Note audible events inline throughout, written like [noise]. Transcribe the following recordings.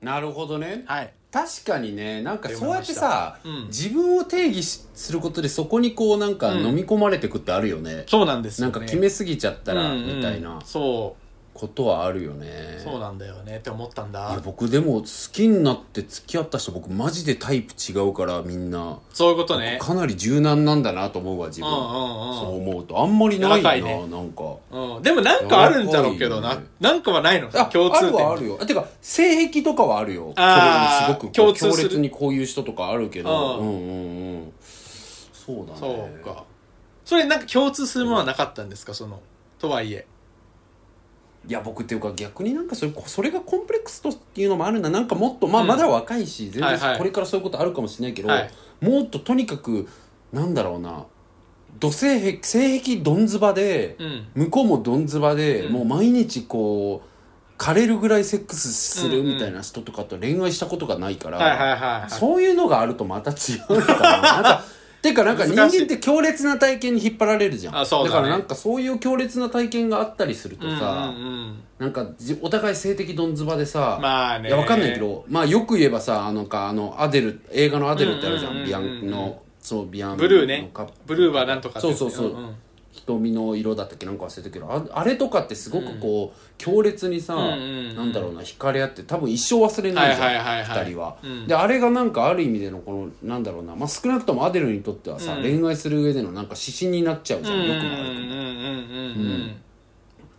なるほどねはい確かにねなんかってそう思いやまっしてたさ、うん自分を定義しすることでそこにこうなんかうん飲み込まれてくってあるよね、そうなんですなよ、んね、か決めすぎちゃったらうんうんみたいなそことはあるよね、うそうなんだよねって思ったんいやだ僕でも好きになって付き合った人僕マジでタイプ違うからみんな、そういうことねかなり柔軟なんだなと思うわ自うん分、うんそううん思うとあんまりないな、柔らかいねなんかうん、でもなんかあるんだろうけどやな、ばいよねなんかはないのあ共通点あるはあるよあてか性癖とかはあるよあーすごくこう共通す強る烈にこういう人とかあるけどううんんうんうんそうだねそうかそれなんか共通するものはなかったんですかそのとはいえいや僕っていうか逆になんかそれそれがコンプレックスとっていうのもあるんだなんかもっとまあうんまだ若いし、全はい然はいこれからそういうことあるかもしれないけど、はいもっととにかくなんだろうな土性癖性癖どんずばで、うん向こうもどんずばで、うんもう毎日こう枯れるぐらいセックスするうんうんみたいな人とかと恋愛したことがないから、はいはいはいはいそういうのがあるとまた違うかなな [laughs] んかてかなんか人間難しいって強烈な体験に引っ張られるじゃんあそうだねからなんかそういう強烈な体験があったりするとうんうんさ、うんなんかじお互い性的どんずばでさ、まあねいやわかんないけど、まあ、よく言えばさあのかあのアデル映画の「アデル」ってあるじゃん,、うんうんうんビアうんンのそうビアンのブルーねカップブルーはなんとかってそやうつそうそう、んん瞳の色だったっけなんか忘れたけどああれとかってすごくこう、強烈にさ、うんうんうんなんだろうな惹かれ合って多分一生忘れないじゃん、はいはいはいはい二人は、うんであれがなんかある意味でのこのなんだろうな、まあ、少なくともアデルにとってはさ、うん恋愛する上でのなんか指針になっちゃうじゃん、よくも悪くうもんうんうんうんうん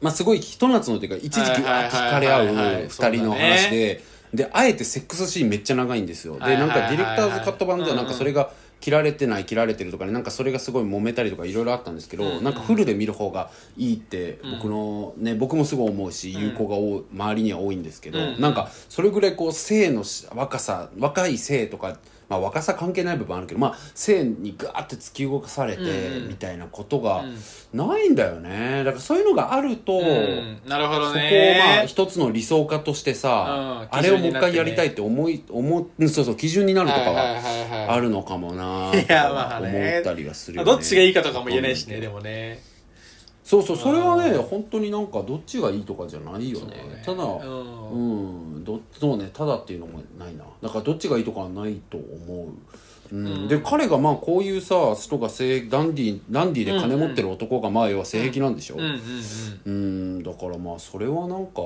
まあ、すごいひと夏のというか一は時期いわはーいはいっ惹はかいれ合うはい二そうだね人の話で、であえてセックスシーンめっちゃ長いんですよはいではないんはいはかいディレクターズカット版ではなんかそれが切られてない切られてるとかねなんかそれがすごい揉めたりとかいろいろあったんですけど、なんかフルで見る方がいいって僕の、ね僕もすごい思うし有効が多い周りには多いんですけど、うんなんかそれぐらいこう性のし若さ若い性とか。まあ、若さ関係ない部分あるけど、まあ、性にガーって突き動かされてうんうんみたいなことがうんないんだよね、だからそういうのがあると、うんなるほどそこをまあね一つの理想化としてさ、うんあれをもう一回やりたいって思い思ううんそうそう基準になるとかはいはいははいはいあるのかもなといやまあかね思ったりはするよ、ね、どっちがいいかとかも言えないしねでもねそうそうそれはね本当になんかどっちがいいとかじゃないよねただううんんどそうねただっていうのもないなだからどっちがいいとかはないと思う、うんで彼がまあこういうさ人が性ダンディダンディで金持ってる男がまあ要は性癖なんでしょ、うんうんうんうんだからまあそれはなんか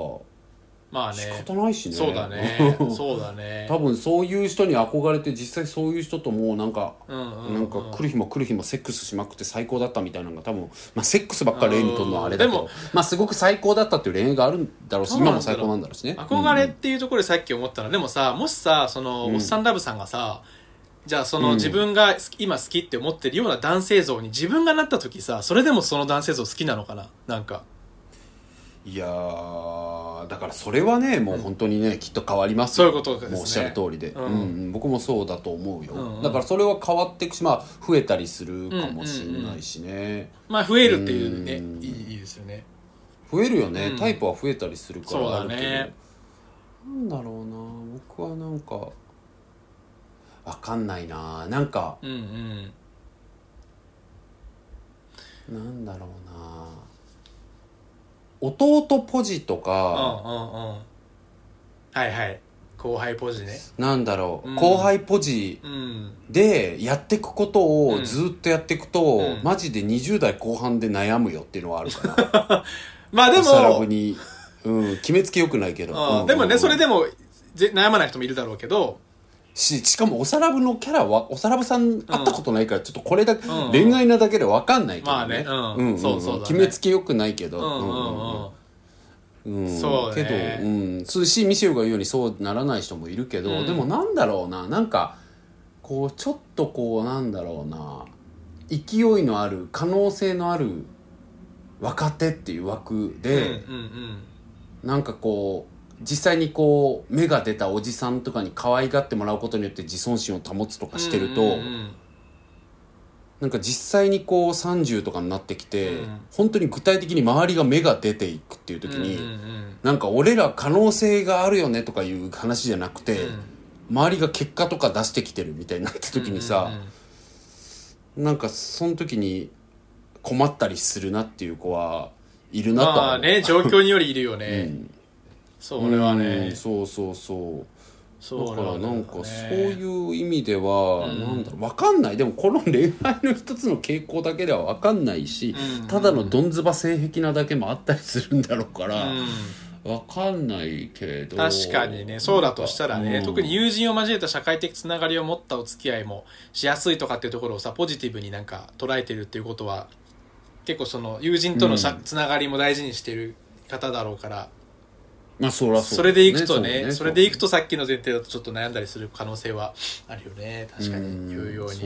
まあ仕ね方ないしねそうだねそうだね [laughs] 多分そういう人に憧れて実際そういう人ともうなんか、うんうんなんか来る日も来る日もセックスしまくって最高だったみたいなのが多分、まあ、セックスばっかり例にとるのはあれだけうんでどもまあすごく最高だったっていう恋愛があるんだろうしそうなんだろう今も最高なんだろうしね憧れっていうところでさっき思ったのはでもさもしさその、うんおっさんラブさんがさじゃあその、うん自分が好き今好きって思ってるような男性像に自分がなった時さそれでもその男性像好きなのかななんかいやーだからそれはねもう本当にね、きっと変わりますそよういうことですねもうおっしゃる通りで、ううんんうん僕もそうだと思うよ、うんうんだからそれは変わっていくしまあ増えたりするかもしれないしね、まあ増えるっていうねうんいいいいですよね増えるよね、うんタイプは増えたりするかそうらだあるけどねなんだろうな僕はなんかわかんないななんかうんうんなんだろうな弟ポジとうんうんうんか、はいはい後輩ポジねなんだろう、うん後輩ポジうんでやっていくことうをんずっとやっていくと、うんマジで20代後半で悩むよっていうのはあ [laughs] るかな、まあでおさらぶも、に、うん、決めつけよくないけど、うんうん、でもうんうねんそれでもぜ悩まない人もいるだろうけどししかもおさらぶのキャラはおさらぶさん会ったことないからちょっとこれだけ、うんうん恋愛なだけで分かんないけどね,、まあねうんんんんそうそうだね決めつけよくないけうど、んうんうんうんそうねけど、うん、そうしミシェルが言うようにそうならない人もいるけど、うんでもなんだろうななんかこうちょっとこうなんだろうな勢いのある可能性のある若手っていう枠うんで、うんうんなんかこう実際にこう芽が出たおじさんとかに可愛がってもらうことによって自尊心を保つとかしてると、うんうんうんなんか実際にこう30とかになってきて、うん本当に具体的に周りが芽が出ていくっていう時に、うんうんうんなんか俺ら可能性があるよねとかいう話じゃなくて、周りが結果とか出してきてるみたいになった時にうんさ、うんうんなんかその時に困ったりするなっていう子はいるなとはま思あうね状況によりいるよね、うんそう俺はうねんそうそうそうそうだからなんかそうういう意味では、うんなんだろう分かんないでもこの恋愛の一つの傾向だけでは分かんないし、うんただのどんずば性癖なだけもあったりするんだろうから、ん分かんないけど確かにねそうだとしたらね、うん特に友人を交えた社会的つながりを持ったお付き合いもしやすいとかっていうところをさポジティブになんか捉えてるっていうことは結構その友人とのさ、うんつながりも大事にしてる方だろうからまあそらそそうれだねでいくとうねそれでいくとさっきの前提だとちょっと悩んだりする可能性はあるよね確かに言うようにんそ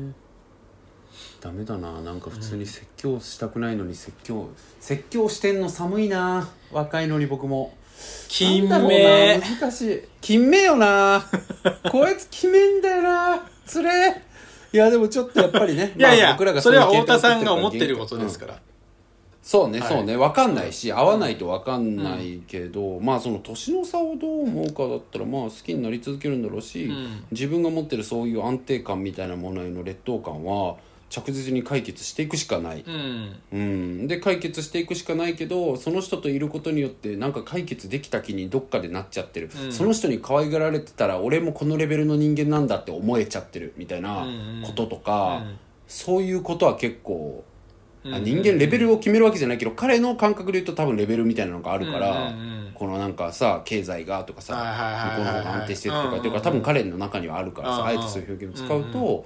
うねダメだななんか普通に説教したくないのに説教説教してんの寒いな若いのに僕も金なんだろう目な難しい金目 [laughs] よなこいつ金目んだよなつれえいやでもちょっとやっぱりねいやいまあや、僕らがそれはういう太系田統を作さんが思ってることですらから、そうね、はいそうね分かんないし合わないと分かんないけど、まあその年の差をどう思うかだったらまあ好きになり続けるんだろうし、うん自分が持ってるそういう安定感みたいなものへの劣等感は着実に解決していくしかない、うんうん、で解決していくしかないけどその人といることによってなんか解決できた気にどっかでなっちゃってる、うんその人に可愛がられてたら俺もこのレベルの人間なんだって思えちゃってるみたいなこととか、そういうことは結構うんあ人間レベルを決めるわけじゃないけど彼の感覚で言うと多分レベルみたいなのがあるから、うんうんうんこのなんかさ経済がとかさはい向はいはいはこうのい方が安定してるとかっていうから多分彼の中にはあるからうんうさんあえてそういう表現を使うと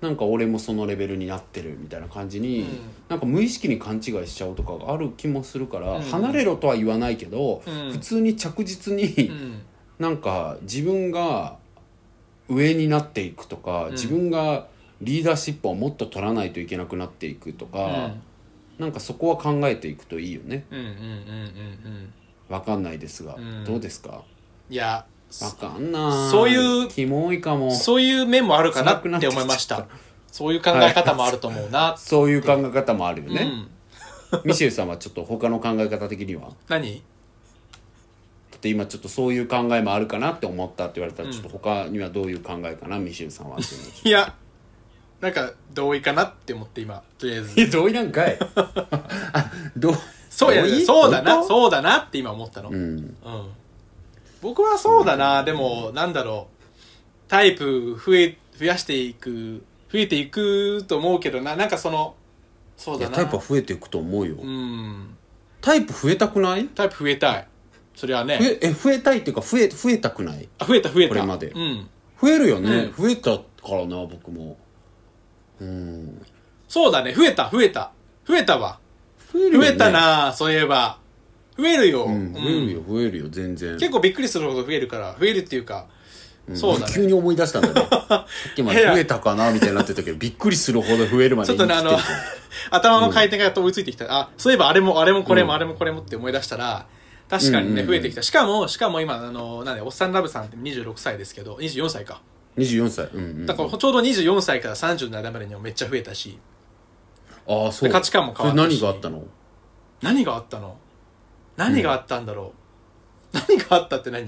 なんか俺もそのレベルになってるみたいな感じにんなんか無意識に勘違いしちゃうとかがある気もするからうん離れろとは言わないけどうん普通に着実うにんなんか自分が上になっていくとか自分がリーダーシップをもっと取らないといけなくなっていくとうかん。なんかそこは考えていくといいよね。うんうんうんうんわかんないですが、うんどうですか。いやわそかんない。そういうキモいかも。そういう面もあるかなって思いましたそういう考え方もあると思うな、そういう考え方もあるようね。ん、 [laughs] ミシェルさんはちょっと他の考え方的には。だ何って今ちょっとそういう考えもあるかなって思ったって言われたら、ちょっと他にはどういう考えかな、ミシェルさんはっていうのをいやなんか同意かなって思って今とりあえず [laughs] いや、同意なんかい。 [laughs] あ、どう。そうや同意そうだな本当そうだなって今思ったの、うん。うん僕はそうだな、でも、なんだろう。タイプ増え、増やしていく、増えていくと思うけどな、なんかその、そういだや、な。タイプは増えていくと思うよ。うん。タイプ増えたくない。タイプ増えたい。それはね増。え、え、増えたいっていうか、増え、増えたくない。あ増えた増えた。これまでうん。増えるよね。増えたからな、僕も。うん。そうだね、増えた、増えた。増えたわ。増えるよ増ねえたな、そういえば。増えるよ。うん、増えるよ増えるよ全然結構びっくりするほど増えるから、増えるっていうか、うんそうだね急に思い出したん [laughs] だねさっきまで増えたかなみたいになってたけどびっくりするほど増えるまちでょっとね、あの生きてる、頭の [laughs] 回転が追いついてきた。あ、そういえばあれも、あれもこれも、あれもこれもって思い出したら、確かにうんうんね、うん増えてきた。しかも、しかも今、あの、なんで、おっさんラブさんって26歳ですけど、24歳か。 24歳うん、うん、だから、ちょうど24歳から37までにもめっちゃ増えたし、ああそう価値観も変わったしそれ何があったの何があったの何があったんだろう、何があったって何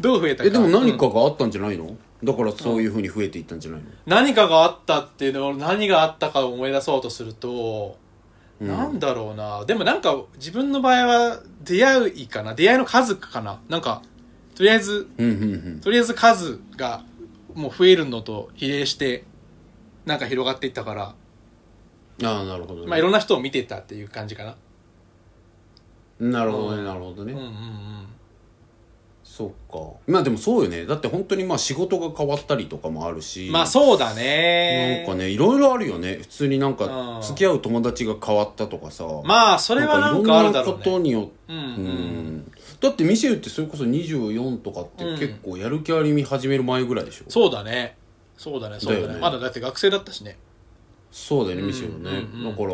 どう増えたか。えでも何うんかがあったんじゃないの、だからそういうふうに増えていったんじゃないの、何かがあったっていうのを何があったかを思い出そうとすると、うんなんだろうなでもなんか自分の場合は出会いかな出会いの数かななんかとりあえずうん、うんうんとりあえず数がもう増えるのと比例してなんか広がっていったから、ああなるほど、ねまあ、いろんな人を見てたっていう感じかななるほどねなるほどね、うんうんうんそっかまあでもそうよねだって本当にまあ仕事が変わったりとかもあるしまあそうだなんねかねいろいろあるよね普通になんうかん付き合う友達が変わったとかさまあそれはなんかあるだろういろんなことねによってうんううんんだってミシェルってそれこそ24とかってうん結構やる気ありみ始める前ぐらいでしょ、そうだねそうだねそうだねだよねまだだって学生だったしねそうだよね、うんミシェルね、うんうんだから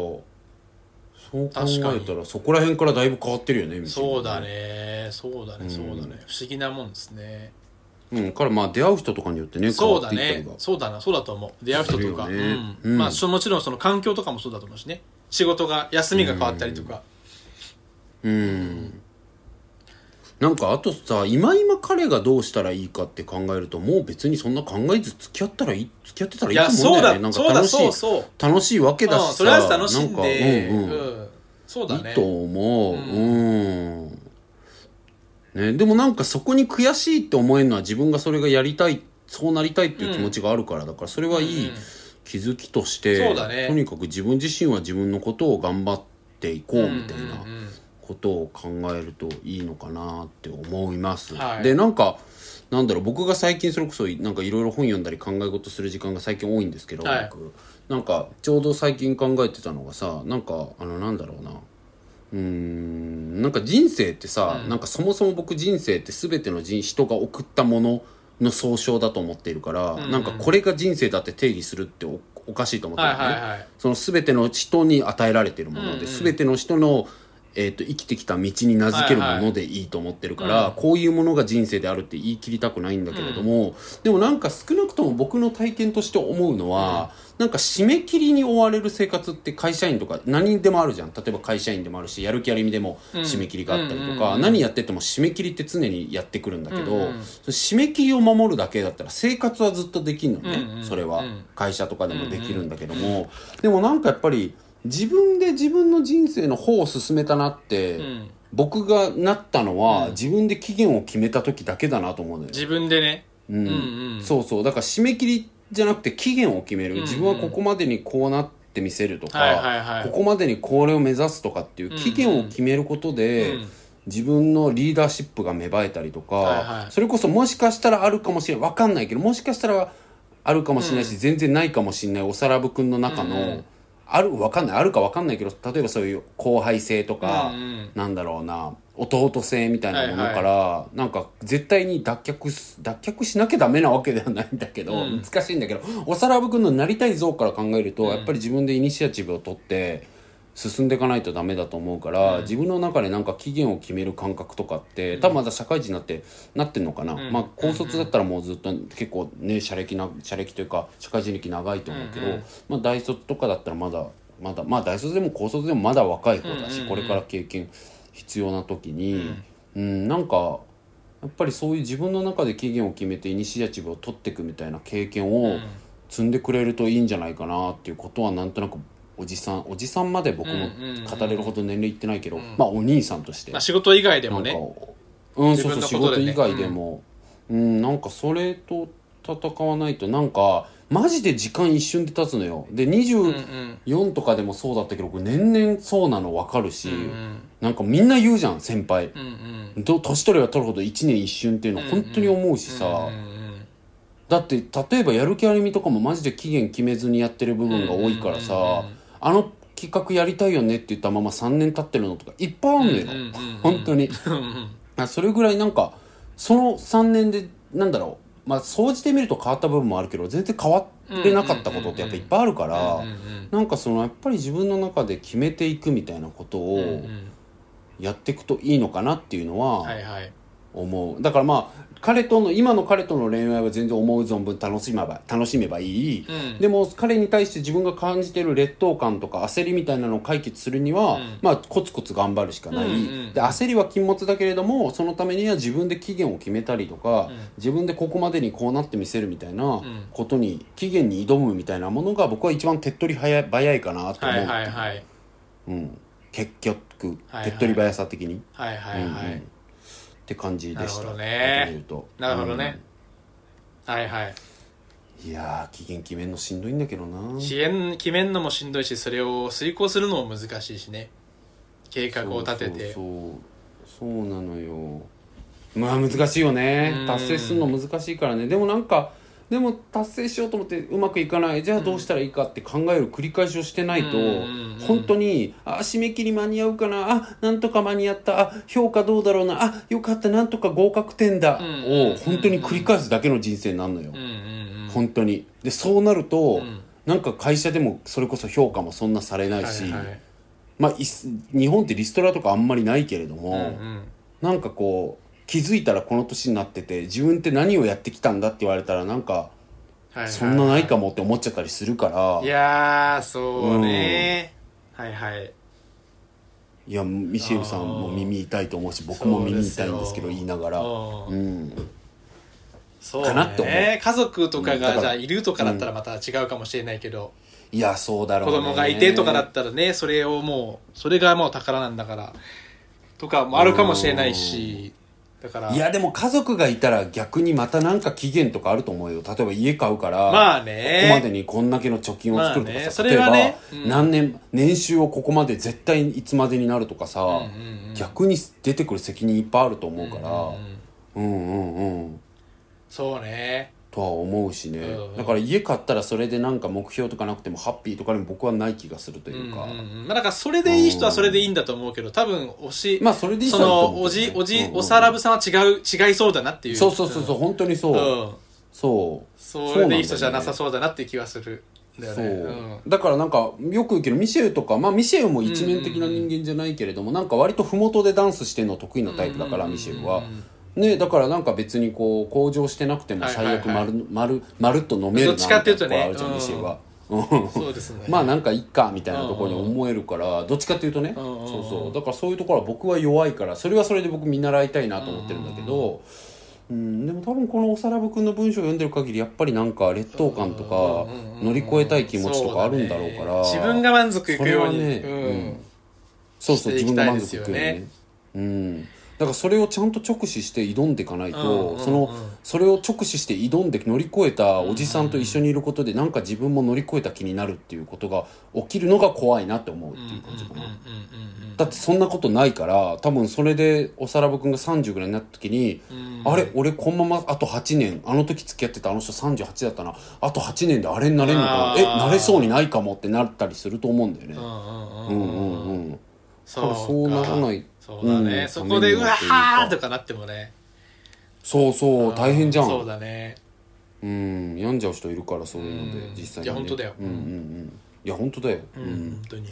そう考え確たからそこら辺からだいぶ変わってるよねミシェルねそうだねそうだねそうだね、不思議なもんですねうんからまあ出会う人とかによってね変そわうっだていったりねがそうだなそうだと思う出会う人とか、するよねううんんまあそもちろんその環境とかもそうだと思うしね仕事が休みが変わったりとか、うんなんかあとさ今今彼がどうしたらいいかって考えるともう別にそんな考えず付き合ったらいい付き合ってたらいいやいとそ思ううんだよだねなんかそうだ楽しいそうそう楽しいわけだしうさんとりあえず楽しんなんかでうんうんうんそうだねいいと思う。うん。ね、でもなんかそこに悔しいって思えるのは自分がそれがやりたいそうなりたいっていう気持ちがあるから、だからそれはいいうん気づきとして、そうだねとにかく自分自身は自分のことを頑張っていこうみたいなうんうんうんことを考えるといいのかなって思います、はいでなんかなんだろう僕が最近それこそなんかいろいろ本読んだり考え事する時間が最近多いんですけど、はい僕なんかちょうど最近考えてたのがさなんかあのなんだろうなうーんなんか人生ってさ、うんなんかそもそも僕人生って全ての人人が送ったものの総称だと思っているから、んうんなんかこれが人生だって定義するっておおかしいと思ってはるいのね、はいはいその全ての人に与えられてるものうんうで、ん全ての人の、えー、と生きてきた道に名付けるものでいいと思ってるから、はいはいこういうものが人生であるって言い切りたくないんだけれども、でもなんか少なくとも僕の体験として思うのは、なんか締め切りに追われる生活って会社員とか何でもあるじゃん例えば会社員でもあるしやる気ありみでも締め切りがあったりとか、うんうん何やってても締め切りって常にやってくるんだけど、うんうん締め切りを守るだけだったら生活はずっとできるのね、うんうんそれは、うん会社とかでもできるんだけども、でもなんかやっぱり自分で自分の人生の方を進めたなって、うん僕がなったのは、うん自分で期限を決めた時だけだなと思うのよ、自分でねううんんうんそうそうだから締め切りじゃなくて期限を決めうる、んうん自分はここまでにこうなってみせるとか、はいはいはいここまでにこれを目指すとかっていう期限を決めることで、うん自分のリーダーシップが芽生えたりとか、はいはいそれこそもしかしたらあるかもしれないわかんないけどもしかしたらあるかもしれないし、う全然ないかもしれないおさらぶくんの中の、うんあるわかんないあるかわかんないけど例えばそういう後輩性とか、うんうんなんだろうな弟性みたいなものから、なんか絶対に脱却す脱却しなきゃダメなわけではないんだけど、うん難しいんだけどおさらぶくんのなりたい像から考えると、うんやっぱり自分でイニシアチブを取って進んでいかないとダメだと思うから、うん自分の中でなんか期限を決める感覚とかって多分まだ社会人になってなってんのかな、うんまあ高卒だったらもうずっと結構ね社歴な社歴というか社会人歴長いと思うけど、うんうんまあ、大卒とかだったらまだまだまあ大卒でも高卒でもまだ若い方だし、うんうんうんこれから経験必要な時に、んうんなんかやっぱりそういう自分の中で期限を決めてイニシアチブを取っていくみたいな経験うをん積んでくれるといいんじゃないかなっていうことはなんとなくおじさんおじさんまで僕もうんうんうん語れるほど年齢いってないけど、んまあお兄さんとしてまあ、仕事以外でなもんかねうん自そう分そうの仕こと事で以ね外でもうんなんかそれと戦わないとなんかマジで時間一瞬で経つのよでうんう20ん4とかでもそうだったけど僕年々そうなの分かるし、うんうんなんかみんな言うじゃん先輩うんうんど年取れば取るほど1年一瞬っていうのうんうん本当に思うしさ、うんうんだって例えばやる気ありみとかもマジで期限決めずにやってる部分が多いからさ、うんうんうんうんあの企画やりたいよねって言ったまま3年経ってるのとかいっぱいあんのよ、うんうんうんうん本当にうんうんあそれぐらいなんかその3年でなんだろうまあ総じてみると変わった部分もあるけど全然変わってなかったことってやっぱいっぱいあるから、うんうんなんかそのやっぱり自分の中で決めていくみたいなことうんうをんやっていくといいのかなっていうのははいはい思う、だからまあ彼との今の彼との恋愛は全然思う存分楽しめば楽しめばいい、うんでも彼に対して自分が感じてる劣等感とか焦りみたいなのを解決するには、うんまあコツコツ頑張るしかない、うんうんで焦りは禁物だけれどもそのためには自分で期限を決めたりとか、うん自分でここまでにこうなってみせるみたいなんことに、期限に挑むみたいなものが僕は一番手っ取り早い早いかなと思はう、いはいはいうん、結局はいはい手っ取り早さ的に、はいはいはうんうんっいて感じでしたなるほどね後で言うとなるほどね、はいはいうんいやー期限決めんのしんどいんだけどな支援決めんのもしんどいしそれを遂行するのも難しいしね計画を立ててそうそうそうそうなのよまあ難しいよねうん達成するの難しいからねでもなんかでも達成しようと思ってうまくいかないじゃあどうしたらいいかって考える繰り返しをしてないとうんうんうん本当にあ締め切り間に合うかなあなんとか間に合ったあ評価どうだろうなあよかったなんとか合格点だうんを本当に繰り返すだけの人生になるのようんうんうん本当にでそうなるとうんなんか会社でもそれこそ評価もそんなされないしはいはいまあ、いす日本ってリストラとかあんまりないけれどうんうも、んなんかこう気づいたらこの年になってて自分って何をやってきたんだって言われたらなんかはいはいそんなないかもって思っちゃったりするから、いやーそうねはいはいいやミシェルさんも耳痛いと思うし僕も耳痛いんですそうですけどよ言いながら、ううんん、そうかなって思うね家族とかうんだかがらじゃあいるとかだったらまた違うかもしれないけどいやそうだろう子ね供がいてとかだったらねそれをもうそれがもう宝なんだからとかもあるかもしれないしだからいやでも家族がいたら逆にまたなんか期限とかあると思うよ例えば家買うからまあねここまでにこんだけの貯金を作るとかさ、まあねそれはね例えば、うん何年年収をここまで絶対いつまでになるとかさ、うんうん逆に出てくる責任いっぱいあると思うから、うんうんうんそうねとは思うしね、うんだから家買ったらそれでなんか目標とかなくてもハッピーとかにも僕はない気がするというか、うんうんうんまあ、だからそれでいい人はそれでいいんだと思うけど多分おし、まあそれでいいそ人だとの思おうけじどねおじうんうんおさらぶさんは違う違いそうだなっていうそうそうそうそう、本当にそう、うん、うんそうそれでいい人そうなんだよねじゃなさそうだなっていう気はするんだよそねう、んだからなんかよく言うけどミシェルとか、まあ、ミシェルも一面的な人間じゃないけれども、なんか割と麓でダンスしてんの得意なタイプだから、ミシェルは、ね、だからなんか別にこう向上してなくてもはいはいは最い悪まるまるまるっと飲めるどっちかっていうとみたねいなとこあるじゃん、うんミシェルは。うんそうですねまあなんかいっかみたいなところに思えるからどっちかっていうとねうんうんうんそうそうだからそういうところは僕は弱いからそれはそれで僕見習いたいなと思ってるんだけどうんでも多分このおさらぶくんの文章を読んでる限りやっぱりなんか劣等感とかうんうんうん乗り越えたい気持ちとかあるんだろうからそだね自分が満足いそくれよはうに、ねうんそうそうして自いき分たがい満です足いよくようにねねうんだからそれをちゃんと直視して挑んでいかないと、うんうんうんそのそれを直視して挑んで乗り越えたおじさんと一緒にいることでなんか自分も乗り越えた気になるっていうことが起きるのが怖いなって思うっていう感じかな、だってそんなことないから多分それでおさらぶくんが30ぐらいになった時に、あれ俺このままあと8年あの時付き合ってたあの人38だったなあと8年であれになれんのかあなーえなれそうにないかもってなったりすると思うんだよね、ううんうんうんんうんうんだからそうならないそうだね、うんそこでうわはーためになるというとかかなってもねそうそう大変じゃんそうだねうん病んじゃう人いるからそういうのでうん実際いに、ね、や本当だようんうんうんいや本当だよ、う、うんん、本当に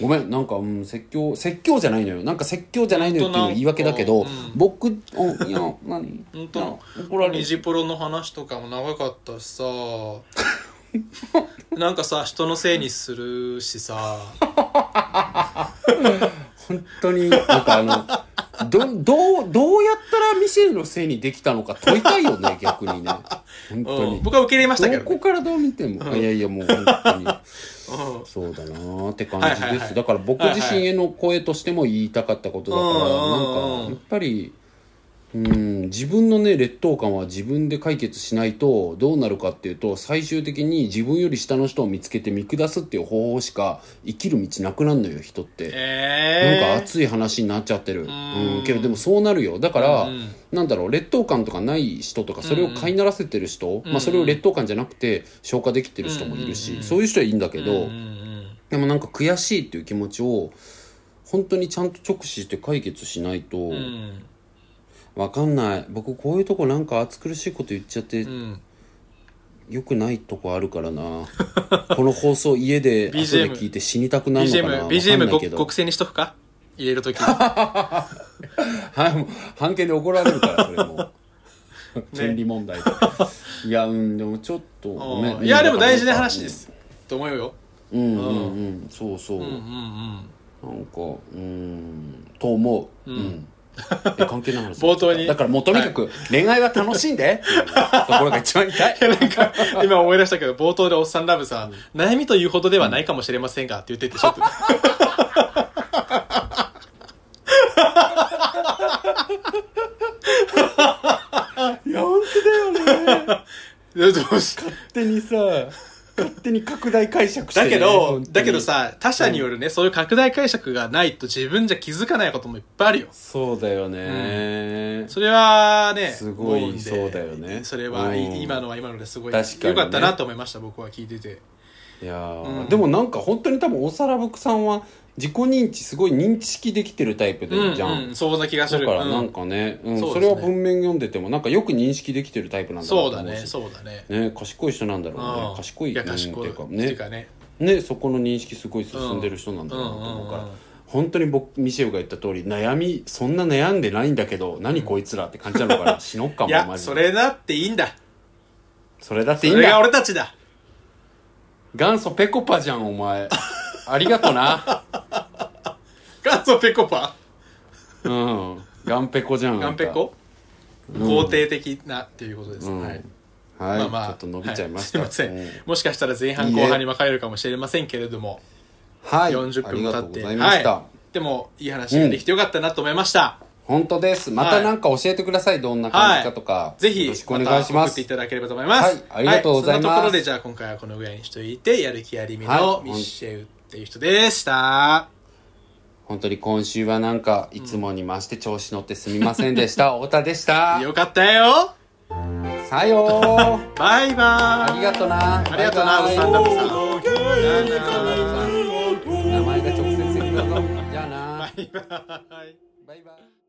ごめんなんか、うん、説教説教じゃないのよなんか説教じゃないのよっていうのは言い訳だけど、本当なんかうん僕おいや何本当な怒ほらられる虹ポロの話とかも長かったし [laughs] さなんかさ人のせいにするしさ本当になんか [laughs] あのどどうどうやったらミシェルのせいにできたのか問いたいよね逆にね本当うんに、僕は受け入れましたけどどこね、からどう見ても、いやいやもう本当にうんそうだなーって感じです、はいはいはいだから僕自身への声としても言いたかったことだから、はいはいなんかやっぱりうん自分のね劣等感は自分で解決しないとどうなるかっていうと最終的に自分より下の人を見つけて見下すっていう方法しか生きる道なくなんのよ人って。なんえー、か熱い話になっちゃってる、んうん、けどでもそうなるよだから、うんなんだろう劣等感とかない人とかそれを飼いならせてる人、んまあ、それを劣等感じゃなくて消化できてる人もいるし、そういう人はいいんだけど、うんうんでもなんか悔しいっていう気持ちを本当にちゃんと直視して解決しないと、うんうんわかんない僕こういうとこなんか暑苦しいこと言っちゃって、うんよくないとこあるから [laughs] なこの放送家で後 BGM で聞いて死にたくなるのかなわ BGM、かんない BGM け極ど極性にしとくか入れるとき。はいもう判決で怒られるからそれ [laughs] も権利問題で、いやうんでもちょっと [laughs] ごめんいや、でも大事な話です。と思うよ。うんうんうん、うん、そうそう、うんうんなんかうーんと思う、うんえ関係ない話 [laughs] 冒頭にだからもうとにかく恋愛は楽しん [laughs] でっていうところが一番痛いうん。なんか、今思い出したけど、冒頭でおっさんラブさ、悩みというほどではないかもしれませんが、って言ってて、ちょっと。 [laughs] いや本当だよねどうし勝手にさ勝手に拡大解釈だけど、ねだけどさ、他者によるね、そういう拡大解釈がないと自分じゃ気づかないこともいっぱいあるよ。そうだよね、それはね、すごい思んでそうだよねそれは、うんい今のは今のですごい、確かにねよかったなと思いました、僕は聞いてて。いやー、うんでもなんか本当に多分おさらぶくさんは自己認知すごい認知式できてるタイプで、じゃうん、うん、そうな気がすだる。からなうんんかね,、うんそうですねそれは文面読んでてもなんかよく認識できてるタイプなんだなとそう思だうね、しそうだね。ね賢い人なんだろううねん賢いや賢うんいっていうかっていねうかねねそこの認識すごい進んでる人なんだなと思うから、うんうんうん本当に僕ミシェルが言った通り悩みそんな悩んでないんだけど何こいつらって感じなのか [laughs] な死のっかいもマやジでそれだっていいんだそれだっそていいんれがだ俺たちだ元祖ペコパじゃん [laughs] お前ありがとな元祖ペコパうん元ペコじゃんあガンんたペコ肯定的なっていうことです、うんはいはい、まあまあちょっと伸びちゃいました、はすいません、うんもしかしたら前半いいえ後半に分かれるかもしれませんけれどもはい40分も経ってありがとうございました、はい、でもいい話ができてよかったなと思いました、本当ですまたなんか教えてください、どんな感じかとか、ぜひ、よろしくお願いしま送ってすいただければと思います。はいありがとうございますはそんなところで、じゃあ今回はこのぐらいにしといて、やる気ありみのはいミッシェウっていう人でした。本当に今週はなんかいつもに増して調子乗ってすみません [laughs] でした、太田でしたよかったよさようバイバあーイりがとなあありがとうな、おっさんだっさん。 [laughs] 名前が直接的だぞじゃあなバイバイ。バイバイ